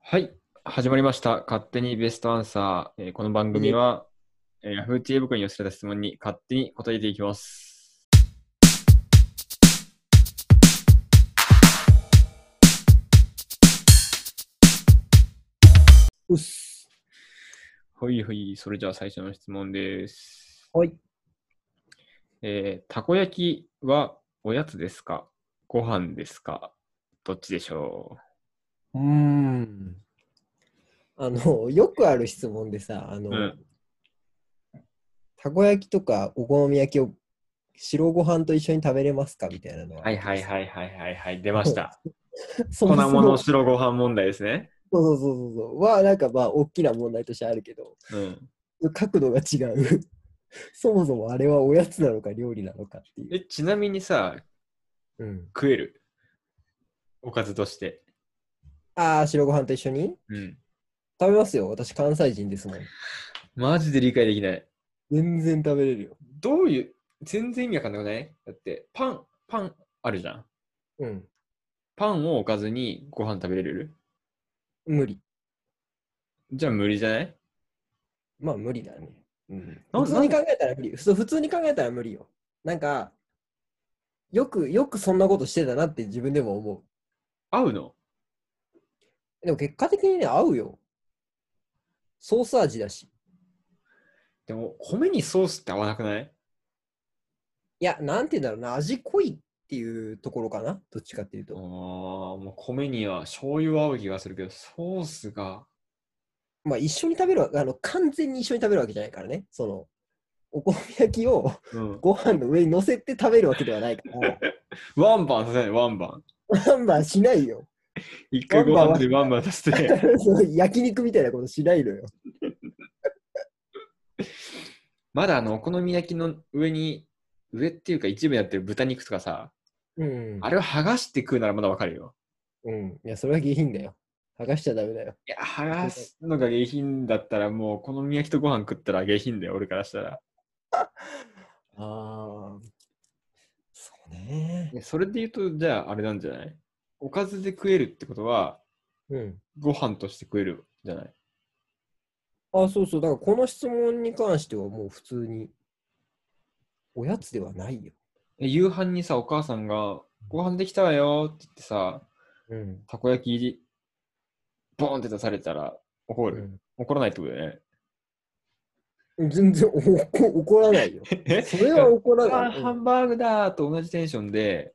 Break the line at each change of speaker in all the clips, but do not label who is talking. はい、始まりました。勝手にベストアンサー。えーこの番組は、えー、Yahoo! 知恵袋に寄せられた質問に勝手に答えていきます。
うっす。
ほいほい、それじゃあ最初の質問です。
はい。
えーたこ焼きはおやつですかご飯ですかどっちでしょ
うーん。あの、よくある質問でさ、あの、
ううん。
たこ焼きとかお好み焼きを白ご飯と一緒に食べれますかみたいなのは。
はいはいはいはいはいはい、出ました。
そ
粉
もそも
物
そう
白ご飯問題ですね。
そうそうそうそう。は、なんかまあ、大きな問題としてあるけど、
うん。
角度が違う。 そもそもあれはおやつなのか料理なのかっていう。
え、ちなみにさ、
うん、
食えるおかずとして。
ああ、白ご飯と一緒に
うん。
食べますよ。私、関西人ですもん。
マジで理解できない。
全然食べれるよ。
どういう、全然意味わかんなくないだって、パン、パンあるじゃん。
うん。
パンをおかずにご飯食べれる
無理。
じゃあ無理じゃない
まあ無理だね。うん、
な
普通に考えたら無理。そう普通に考えたら無理よ。なんか、よく、よくそんなことしてたなって自分でも思
合うの
う。でも結果的にね、合うよ。ソース味だし。
でも、米にソースって合わなくない
いや、なんて言うんだろうな、味濃いっていうところかな。どっちかっていう
ああ、
と。
もう米には醤油は合う気がするけど、ソースが。
まあ一緒に食べるわあの、完全に一緒に食べるわけじゃないからね。その、お好み焼きを
うん。
ご飯の上に乗せて食べるわけではないから、
ワンバンさせない、ワンバン。
ハンバーしないよ。
一回ご飯でワンバンさせて。
その焼肉みたいなことしないのよ。
まだあの、お好み焼きの上に、上っていうか一部やってる豚肉とかさ、
うん
あれを剥がして食うならまだわかるよ。
うん。いや、それは下品だよ。剥がしちゃダメだよ。
いや、剥がすのが下品だったら、もう、このみ焼きとご飯食ったら下品だよ、俺からしたら。
ああ。そうね。
でそれで言うと、じゃあ、あれなんじゃないおかずで食えるってことは、
うん。
ご飯として食えるじゃない
あそうそう。だからこの質問に関してはもう普通に、おやつではないよ。
え夕飯にさ、お母さんが、ご飯できたわよって言ってさ、
うん。
たこ焼き、ボーンって出されたら、怒る。怒らないってことだよね。
全然おこ怒らないよ。
え
それは怒ら
わあ
ない。
ハ
うん
ンバーグだーと同じテンションで、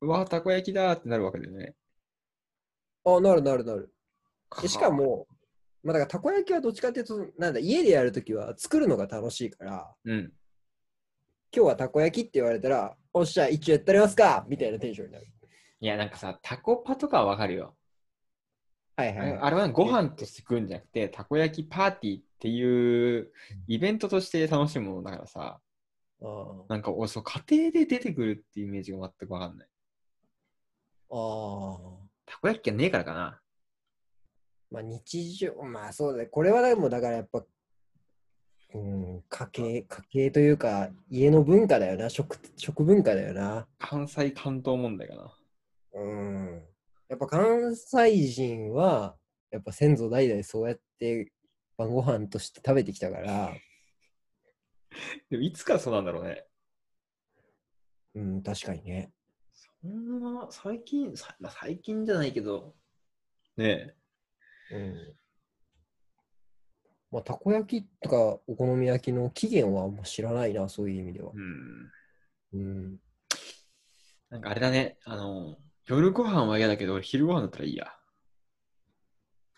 うわあ、たこ焼きだーってなるわけだよね。
あ、なるなるなる。でしか、も、まあ、だからたこ焼きはどっちかっていうと、なんだ、家でやるときは作るのが楽しいから、
うん。
今日はたこ焼きって言われたら、おっしゃ、一応やったりますかみたいなテンションになる。
いや、なんかさ、タコパとかはわかるよ。
はいはい、はい。
あれはご飯として食うんじゃなくて、たこ焼きパーティーっていうイベントとして楽しむものだからさ、
ああ
なんか俺そう家庭で出てくるっていうイメージが全くわかんない。
ああ。
たこ焼きがねえからかな。
まあ日常、まあそうだね。これはでもだからやっぱ、うん、家計、家計というか、家の文化だよな。食、食文化だよな。
関西関東問題かな。
うん。やっぱ関西人は、やっぱ先祖代々そうやって晩ご飯として食べてきたから、
でもいつからそうなんだろうね。
うん、確かにね。
そんな、最近、さまあ最近じゃないけど。ねえ。
うん。まあ、たこ焼きとかお好み焼きの起源はあんま知らないな、そういう意味では。
うん。
うん。
なんかあれだね。あの、夜ご飯は嫌だけど、俺昼ご飯だったらいいや。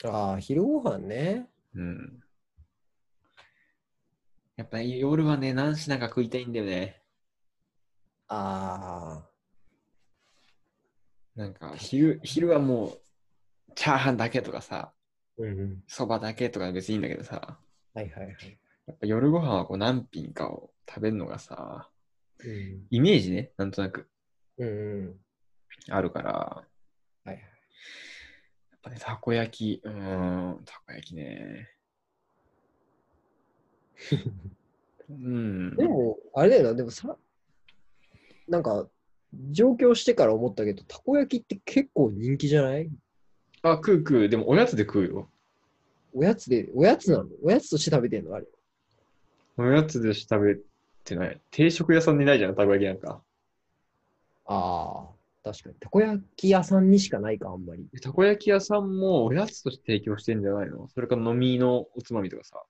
ああ、昼ご飯ね。
うん。やっぱり夜はね、何品か食いたいんだよね。
ああ。
なんか昼、昼はもう、チャーハンだけとかさ、
うん。
そばだけとか別にいいんだけどさ、
はいはいはい。
やっぱ夜ご飯はこう何品かを食べるのがさ、
うん
イメージね、なんとなく
うんうん。
あるから、
はいはい。
やっぱね、たこ焼き、うーん、たこ焼き ね。うん。
でも、あれだよな、でもさ、なんか、上京してから思ったけど、たこ焼きって結構人気じゃない
あ、食う食う。でもおやつで食うよ。
おやつで、おやつなのおやつとして食べてんのあれ。
おやつでしか食べてない。定食屋さんにないじゃん、たこ焼きなんか。
ああ、確かに。たこ焼き屋さんにしかないか、あんまり。
えたこ焼き屋さんもおやつとして提供してんじゃないのそれか飲みのおつまみとかさ。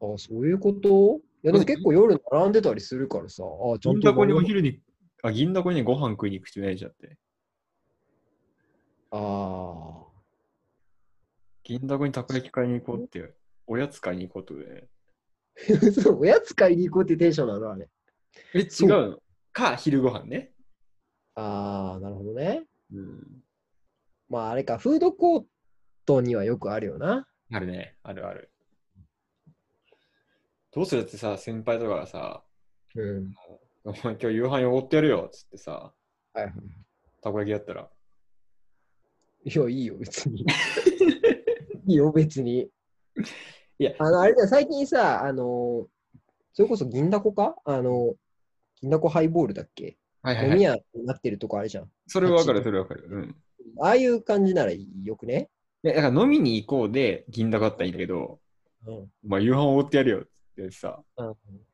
ああ、そういうこといや、でも結構夜並んでたりするからさ。ああ、ちゃ
銀
ん
だ
と
こにお
丸い。
昼に、あ、銀だこにご飯食いに行く人いないじゃんって。
ああ。
銀だこにたこ焼き買いに行こうって、おやつ買いに行こうってことね。
そうおやつ買いに行こうってテンションなのあれ。
え、違うのか、昼ご飯ね。
ああ、なるほどね。
うん。
まああれか、フードコートにはよくあるよな。
あるね。あるある。どうするってさ、先輩とかがさ、
うん。
お前今日夕飯汚ってやるよっつってさ、
はいはい。
たこ焼きやったら、
いや、いいよ、別に。いいよ、別に。
いや
あの、あれだよ、最近さ、あの、それこそ銀だこかあの、銀だこハイボールだっけ、
はい
飲み屋になってるとこあれじゃん。
それはわかる、それはわかる。うん。
ああいう感じならよくね。
いや、だから飲みに行こうで、銀だこだったらいいんだけど、
うん。
お前夕飯おごってやるよっつってさ、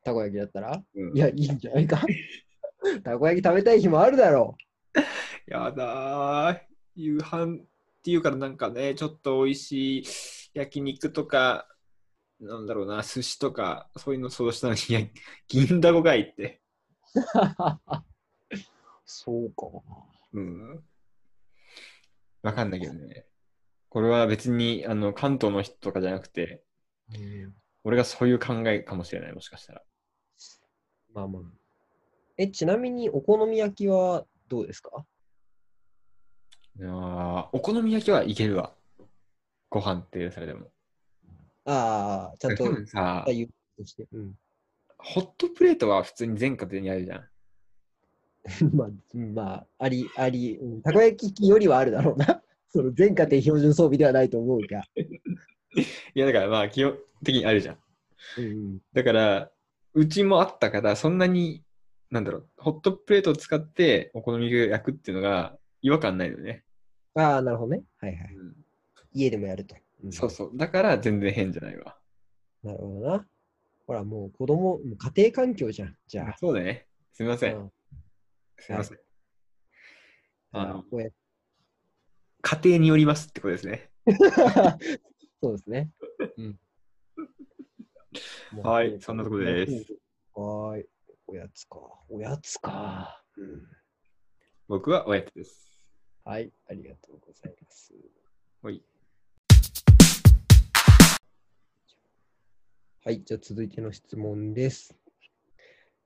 たこ焼きだったら
うん
いや、いいんじゃ ないか。たこ焼き食べたい日もあるだろ
やだー、夕飯っていうからなんかね、ちょっと美味しい焼肉とか、なんだろうな、寿司とか、そういうの想像したのに、いや、銀だこがいって。
う。 そうか。
うん。わかんないけどね。これは別にあの関東の人とかじゃなくて、俺がそういう考えかもしれない、もしかしたら。
まあまあ。え、ちなみにお好み焼きはどうですか
いやーお好み焼きはいけるわ。ご飯ってそれでも。
ああ、ちゃんと
多 分さ、
言うとして。 うん。
ホットプレートは普通に全家庭にあるじゃん。
まあ、まあ、あり、あり、うんたこ焼き器よりはあるだろうな。 その全家庭標準装備ではないと思うが。
いやだからまあ基本的にあるじゃん。
うん、
だからうちもあったからそんなになんだろうホットプレートを使ってお好み焼きを焼くっていうのが違和感ないのね。
ああ、なるほどね。はいはい。家でもやると。うん
そうそう。だから全然変じゃないわ。
なるほどな。ほら、もう子供、もう家庭環境じゃん。じゃあ。
そうだね。すみません。
うん
すみません。あの
こうやっ
家庭によりますってことですね。
て そうですね。 うん、
はいそんなとこです。
はーい。おやつか。おやつか。うん
僕はおやつです。
はい、ありがとうございます。
はい。
はい、じゃあ続いての質問です。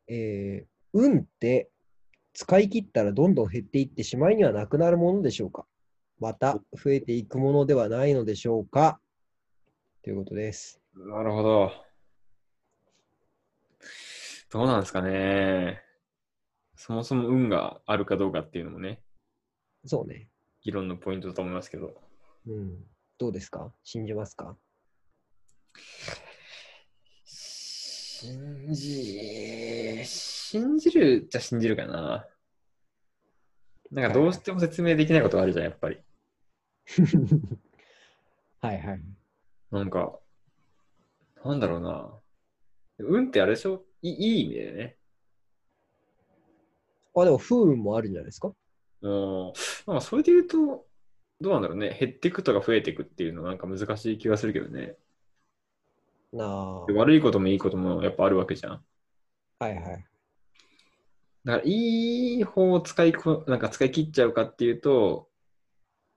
えー、運って使い切ったらどんどん減っていってしまいにはなくなるものでしょうかまた増えていくものではないのでしょうかということです。
なるほど。どうなんですかね。そもそも運があるかどうかっていうのもね、
そうね。
議論のポイントだと思いますけど。
うん。どうですか信じますか
信じ、信じるっちゃ信じるかな。なんかどうしても説明できないことがあるじゃん、やっぱり。
はいはい。
なんか、なんだろうな。運ってあれでしょいいい意味だよね。
あ、でも不運もあるんじゃないですか
うん。なんかそれで言うと、どうなんだろうね。減っていくとか増えていくっていうのはなんか難しい気がするけどね。
な
で悪いこともいいこともやっぱあるわけじゃん。
あ。はいはい。
だからいい方を使いこなんか使い切っちゃうかっていうと、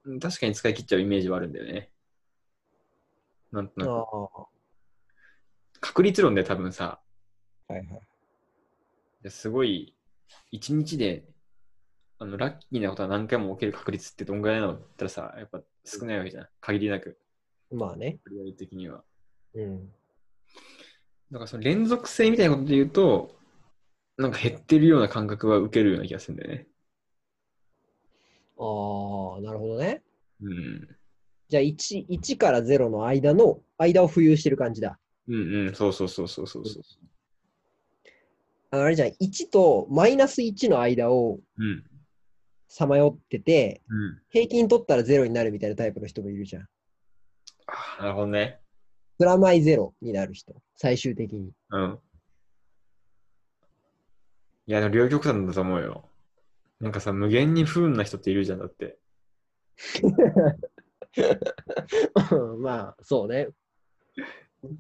うん確かに使い切っちゃうイメージはあるんだよね。なんと
あ
なく。
あ。は
確率論で多分さ、
いはい。
すごい、一日であのラッキーなことは何回も起きる確率ってどんぐらいなのって言ったらさ、やっぱ少ないわけじゃん。限りなく、
まあね。
割合的には。
うん。
だからその連続性みたいなことで言うと、なんか減ってるような感覚は受けるような気がするんだよね。
ああ、なるほどね。
うん。
じゃあ 1, 1から0の間の間を浮遊してる感じだ。
うんうん、そうそうそうそうそうそう。
あのあれじゃん、1とマイナス1の間を
うん。
さまよってて、
うん。
平均取ったらゼロになるみたいなタイプの人もいるじゃん。
あなるほどね。
プラマイゼロになる人、最終的に。
うん。いや、でも両極端だと思うよ。なんかさ、無限に不運な人っているじゃん、だって。
まあ、そうね。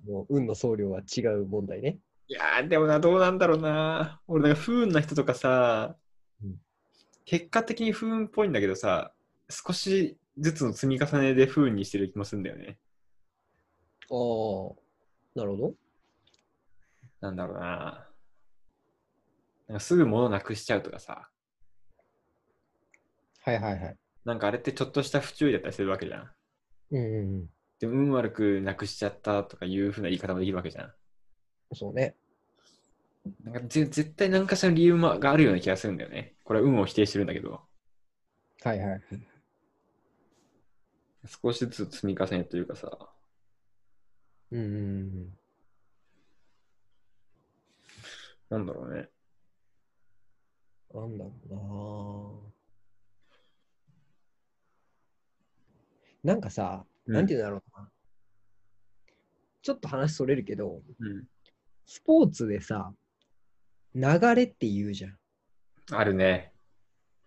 もう運の総量は違う問題ね。
いやー、でもな、どうなんだろうな。俺、なんか不運な人とかさ、
うん
結果的に不運っぽいんだけどさ、少しずつの積み重ねで不運にしてる気もするんだよね。
ああ、なるほど。
なんだろうな。なんかすぐ物なくしちゃうとかさ、
はいはいはい。
なんかあれってちょっとした不注意だったりするわけじゃん。
うんうんうん。
でも運悪くなくしちゃったとかいうふうな言い方もできるわけじゃん。
そうね。
なんかぜ絶対何かしらの理由もがあるような気がするんだよね。これは運を否定してるんだけど、
はいはい。
少しずつ積み重ねというかさ、
うんうんうん。
なんだろうね。
なんだろうな。なんかさ、なんて
いう
言うんだろうな。ちょっと話それるけど、
うん、
スポーツでさ、流れって言うじゃん。
あるね。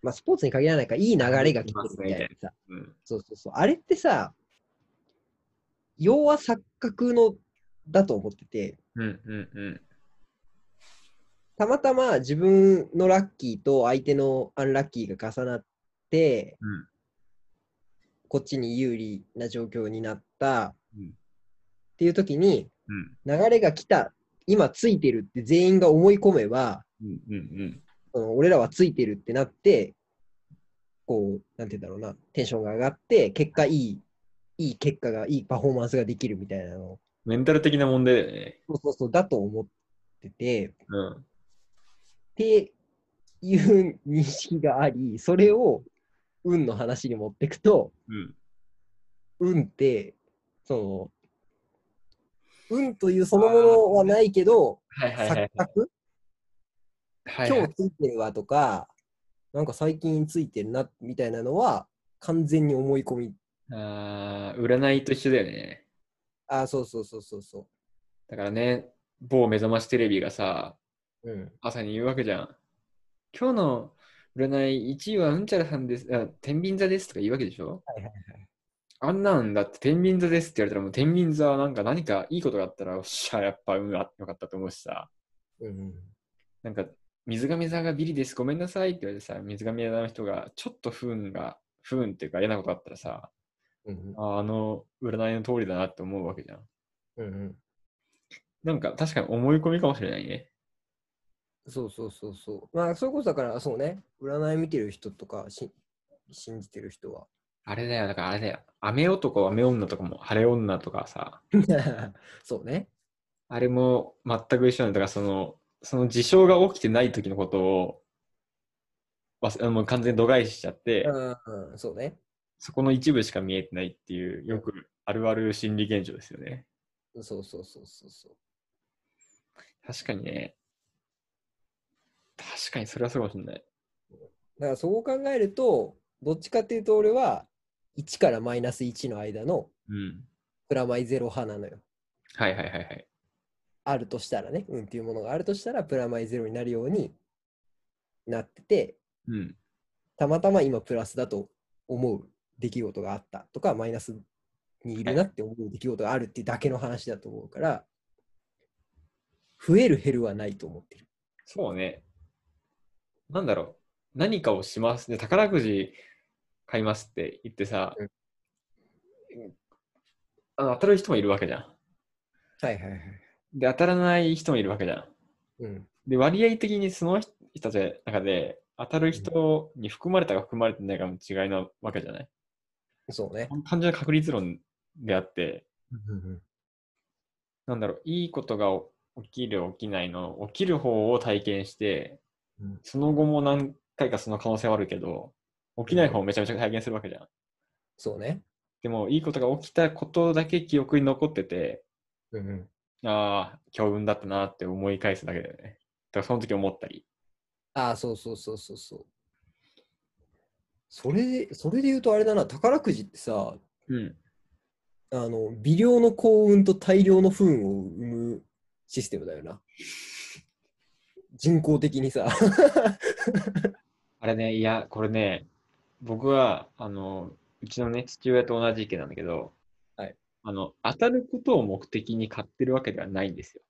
まあ、スポーツに限らないから、いい流れが来てるみたいなさ。
うん。
そうそうそう。あれってさ、要は錯覚のだと思ってて、
うんうんうん。
たまたま自分のラッキーと相手のアンラッキーが重なって、
うん
こっちに有利な状況になった
うん
っていう時に
うん
流れが来た今ついてるって全員が思い込めば
うんうんうん。
その俺らはついてるってなってこうなんて言うんだろうなテンションが上がって結果いいいい結果がいいパフォーマンスができるみたいなの
メンタル的な問題だよね。
そうそうそうだと思っててっ
うん。
ていう認識がありそれを運の話に持ってくと
うん。
運って、その、運というそのものはないけど、
はいはいは
錯
い。
覚
はいはい
今日ついてるわとか、なんか最近ついてるなみたいなのは、完全に思い込み。
あー占いと一緒だよね。
あそうそうそうそうそ
だからね、某目覚ましテレビがさ、
う。うん。
朝に言うわけじゃん。今日の占い1位はうんちゃらさんです、あ天秤座ですとか言うわけでしょ
はいはい
あんなんだって天秤座ですって言われたらもう天秤座はなんか何かいいことがあったら、おっしゃ、やっぱ運あってよかったと思うしさ、
うん。
なんか水亀座がビリです、ごめんなさいって言われてさ、水亀座の人がちょっと不運が、不運っていうか嫌なことあったらさ、
うん。
ああの占いの通りだなって思うわけじゃん。
うん。
なんか確かに思い込みかもしれないね。
そうそうそうそう。まあ、それこそだから、そうね、占い見てる人とか、し信じてる人は。
あれだよ、だからあれだよ。雨男、雨女とかも、晴れ女とかさ、
そうね。
あれも全く一緒なんだだから、その、その事象が起きてない時のことを、忘れもう完全に度外視しちゃって、
うん、うんそうね。
そこの一部しか見えてないっていう、よくあるある心理現象ですよね。
そうそうそうそうそう。
確かにね。確かにそれはそうかもしれない。
だからそう考えると、どっちかっていうと俺は1からマイナス1の間の
うん。
プラマイゼロ派なのよ。
はいはいはいはい。
あるとしたらね、運っていうものがあるとしたらプラマイゼロになるようになってて、
うん。
たまたま今プラスだと思う出来事があったとか、マイナスにいるなって思う出来事があるっていうだけの話だと思うから、増える減るはないと思ってる。
そうね。なんだろう。何かをします。で、宝くじ買いますって言ってさ、
う
あの当たる人もいるわけじゃん。
はいはいはい。
で、当たらない人もいるわけじゃん。
うん。
で、割合的にその人たちの中で、当たる人に含まれたか含まれてないかの違いなわけじゃない
そうね。
単純な確率論であって、
うん
なんだろう、いいことが起きる、起きないの、起きる方を体験して
うん、
その後も何回かその可能性はあるけど、起きない方をめちゃめちゃ体験するわけじゃん。
そうね。
でも、いいことが起きたことだけ記憶に残ってて、
うんうん。
ああ、強運だったなって思い返すだけだよね。だからその時思ったり。
ああ、そうそうそうそうそう。それで、それで言うとあれだな、宝くじってさ、
うん。
あの、微量の幸運と大量の不運を生むシステムだよな。人工的にさ。
あれね、いや、これね、僕は、あの、うちのね、父親と同じ意見なんだけど、
はい
あの、当たることを目的に買ってるわけではないんですよ。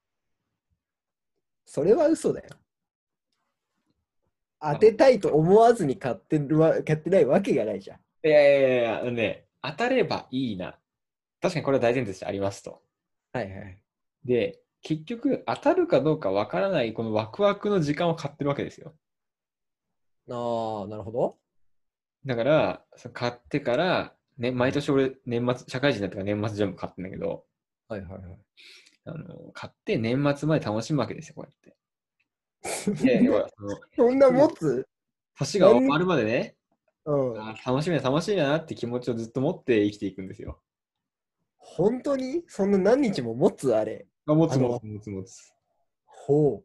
それは嘘だよ。当てたいと思わずに買ってるわ買ってないわけがないじゃん。
いやいやいや、あのね、当たればいいな。確かにこれは大前提としてありますと。
はいはい。
で、結局、当たるかどうかわからない、このワクワクの時間を買ってるわけですよ。
ああ、なるほど。
だから、その買ってから、ね、毎年俺、年末、社会人だったから年末ジャンボ買ってんだけど、
はいはいはい。
あの買って年末まで楽しむわけですよ、こうやって。で、要 はその
そんな持つ
年が終わるまでね、
うん。
あー楽しみだ楽しみだなって気持ちをずっと持って生きていくんですよ。
本当にそんな何日も持つあれ。
あ持つ
あの
持つ持つ持つ。
ほ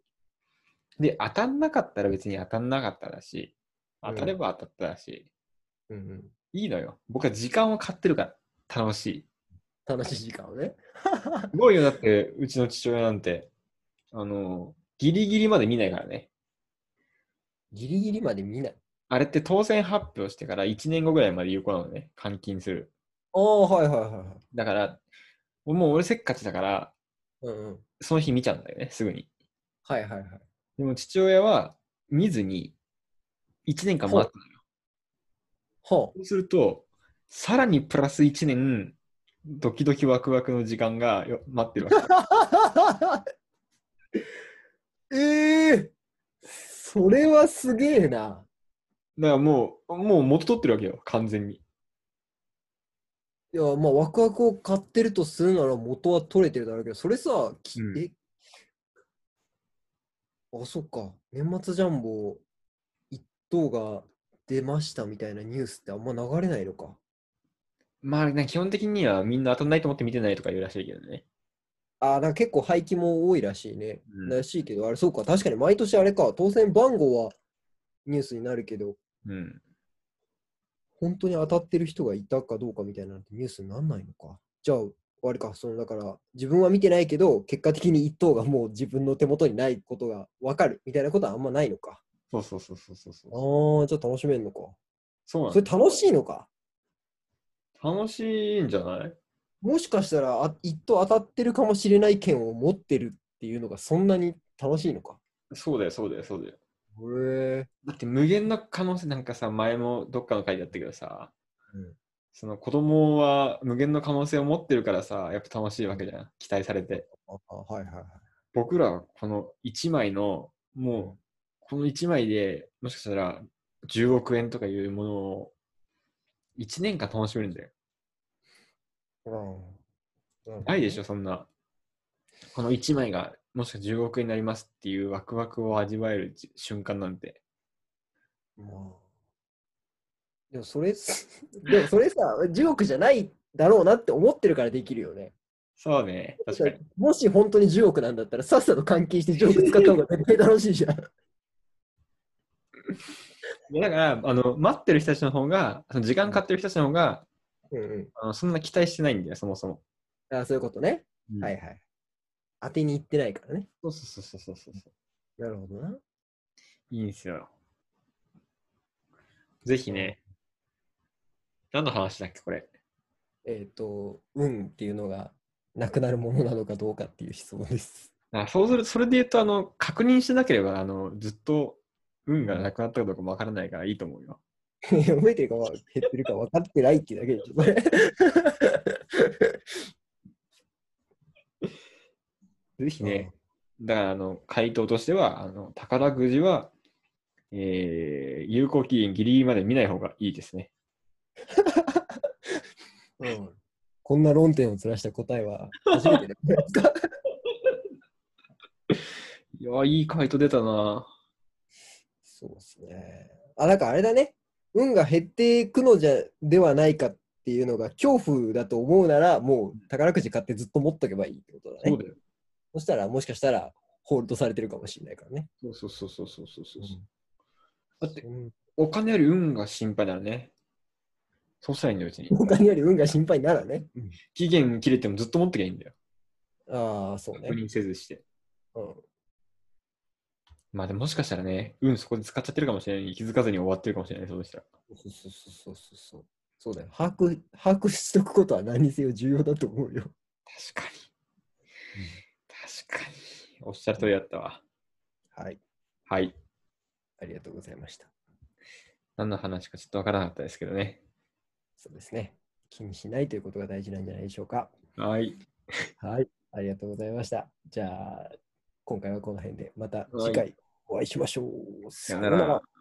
で、当たんなかったら別に当たんなかったらしい。当たれば当たったらし
う。うんうん、
い。いいのよ。僕は時間を買ってるから楽しい。
楽しい時間を ね。
すごいよ、だってうちの父親なんて、あの、ギリギリまで見ないからね。
ギリギリまで見ない。
あれって当選発表してから1年後ぐらいまで有効なのね、換金する。
ああ、はいはいはいはい。
だから、もう俺せっかちだから、
うんうん。
その日見ちゃうんだよね、すぐに。
はいはいはい。
でも父親は見ずに1年間待ったのよ。
ほ
そうすると、さらにプラス1年、ドキドキワクワクの時間がよ待ってるわ け。
う。 ええそれはすげえな。
だからもう、もう元取ってるわけよ、完全に。
いや、まあ、ワクワクを買ってるとするなら元は取れてるだろうけど、それさ、き
うん
え、あ、そっか。年末ジャンボ一等が出ましたみたいなニュースってあんま流れないのか。
まあ、ね基本的にはみんな当たんないと思って見てないとか言うらしいけどね。
ああ、なんか結構廃棄も多いらしいね。
うん
らしいけど、あれ、そうか。確かに毎年あれか。当選番号はニュースになるけど、
うん。
本当に当たってる人がいたかどうかみたいなのってニュースになんないのか。じゃあ、あれか、そのだから、自分は見てないけど、結果的に一等がもう自分の手元にないことが分かるみたいなことはあんまないのか。
そうそうそうそうそうそう。
ああ、じゃあ楽しめんのか。
そうなん
そ
だ
れ楽しいのか。
楽しいんじゃない
もしかしたら、あ一等当たってるかもしれない券を持ってるっていうのがそんなに楽しいのか。
そうだよ、そうだよ、そうだよ。
へえ。
だって無限の可能性なんかさ、前もどっかの回でやったけどさ、
うん
その子供は無限の可能性を持ってるからさ、やっぱ楽しいわけじゃん。期待されて。
ああはいはいはい。
僕らはこの1枚の、もう、この1枚でもしかしたら10億円とかいうものを1年間楽しめるんだよ。
うん
ないでしょ、。そんな。この1枚がもしかしたら10億円になりますっていうワクワクを味わえるじ瞬間なんて。
まあ、でもそれ、 でもそれさ、地獄じゃないだろうなって思ってるからできるよね。
そうね、確かに。
もし本当に地獄なんだったら、さっさと換金して地獄使った方が絶対楽しいじゃん。
いやだからあの、待ってる人たちの方が、その時間買ってる人たちの方が、
うんう
あのそんな期待してないんだよ、そもそも。
ん。あそういうことね。
うん
はいはい。当てに行ってないからね。
そうそうそうそうそうそう。
なるほどな。
いいんですよ。ぜひね。何の話だっけ、これ。
えっ、と、運っていうのがなくなるものなのかどうかっていう質問 です。
あそうするそれで言うと、あの、確認してなければ、あの、ずっと運がなくなったかどうかもわからないからいいと思うよ。
いや増えてるかわ減ってるか分かってないっていうだけでしょ、それ。
ぜひね、だから、あの、回答としては、あの、宝くじは、えー、有効期限ギリギリまで見ない方がいいですね。
うんこんな論点をずらした答えは初めてで
いやー、いい回答出たな
そうですね。あ、だからあれだね。運が減っていくのじゃではないかっていうのが恐怖だと思うなら、もう宝くじ買ってずっと持っとけばいいってことだ
そ
ね
う。だよ。
そしたら、もしかしたらホールドされてるかもしれないからね。
そうそうそうそうそうそうそう。
うん
だって
うん
お金より運が心配だね。そうしたらいいんだよ、別 に。
お金より運が心配ならね。
期限切れてもずっと持ってきゃいいんだよ。
ああ、そうね
確。認せずして。
うん、
まあでももしかしたらね、運そこで使っちゃってるかもしれない。気づかずに終わってるかもしれない、そうしたら。
そうそうそうそうそうそう。そうだよ。把握、把握しとくことは何にせよ重要だと思うよ。
確かに。確かに。おっしゃる通りだったわ。
はい。
はい。
ありがとうございました。
何の話かちょっとわからなかったですけどね。
そうですね。気にしないということが大事なんじゃないでしょうか。
はい。
はい。ありがとうございました。じゃあ、今回はこの辺で、また
はい
次回お会いしましょう。
さよなら。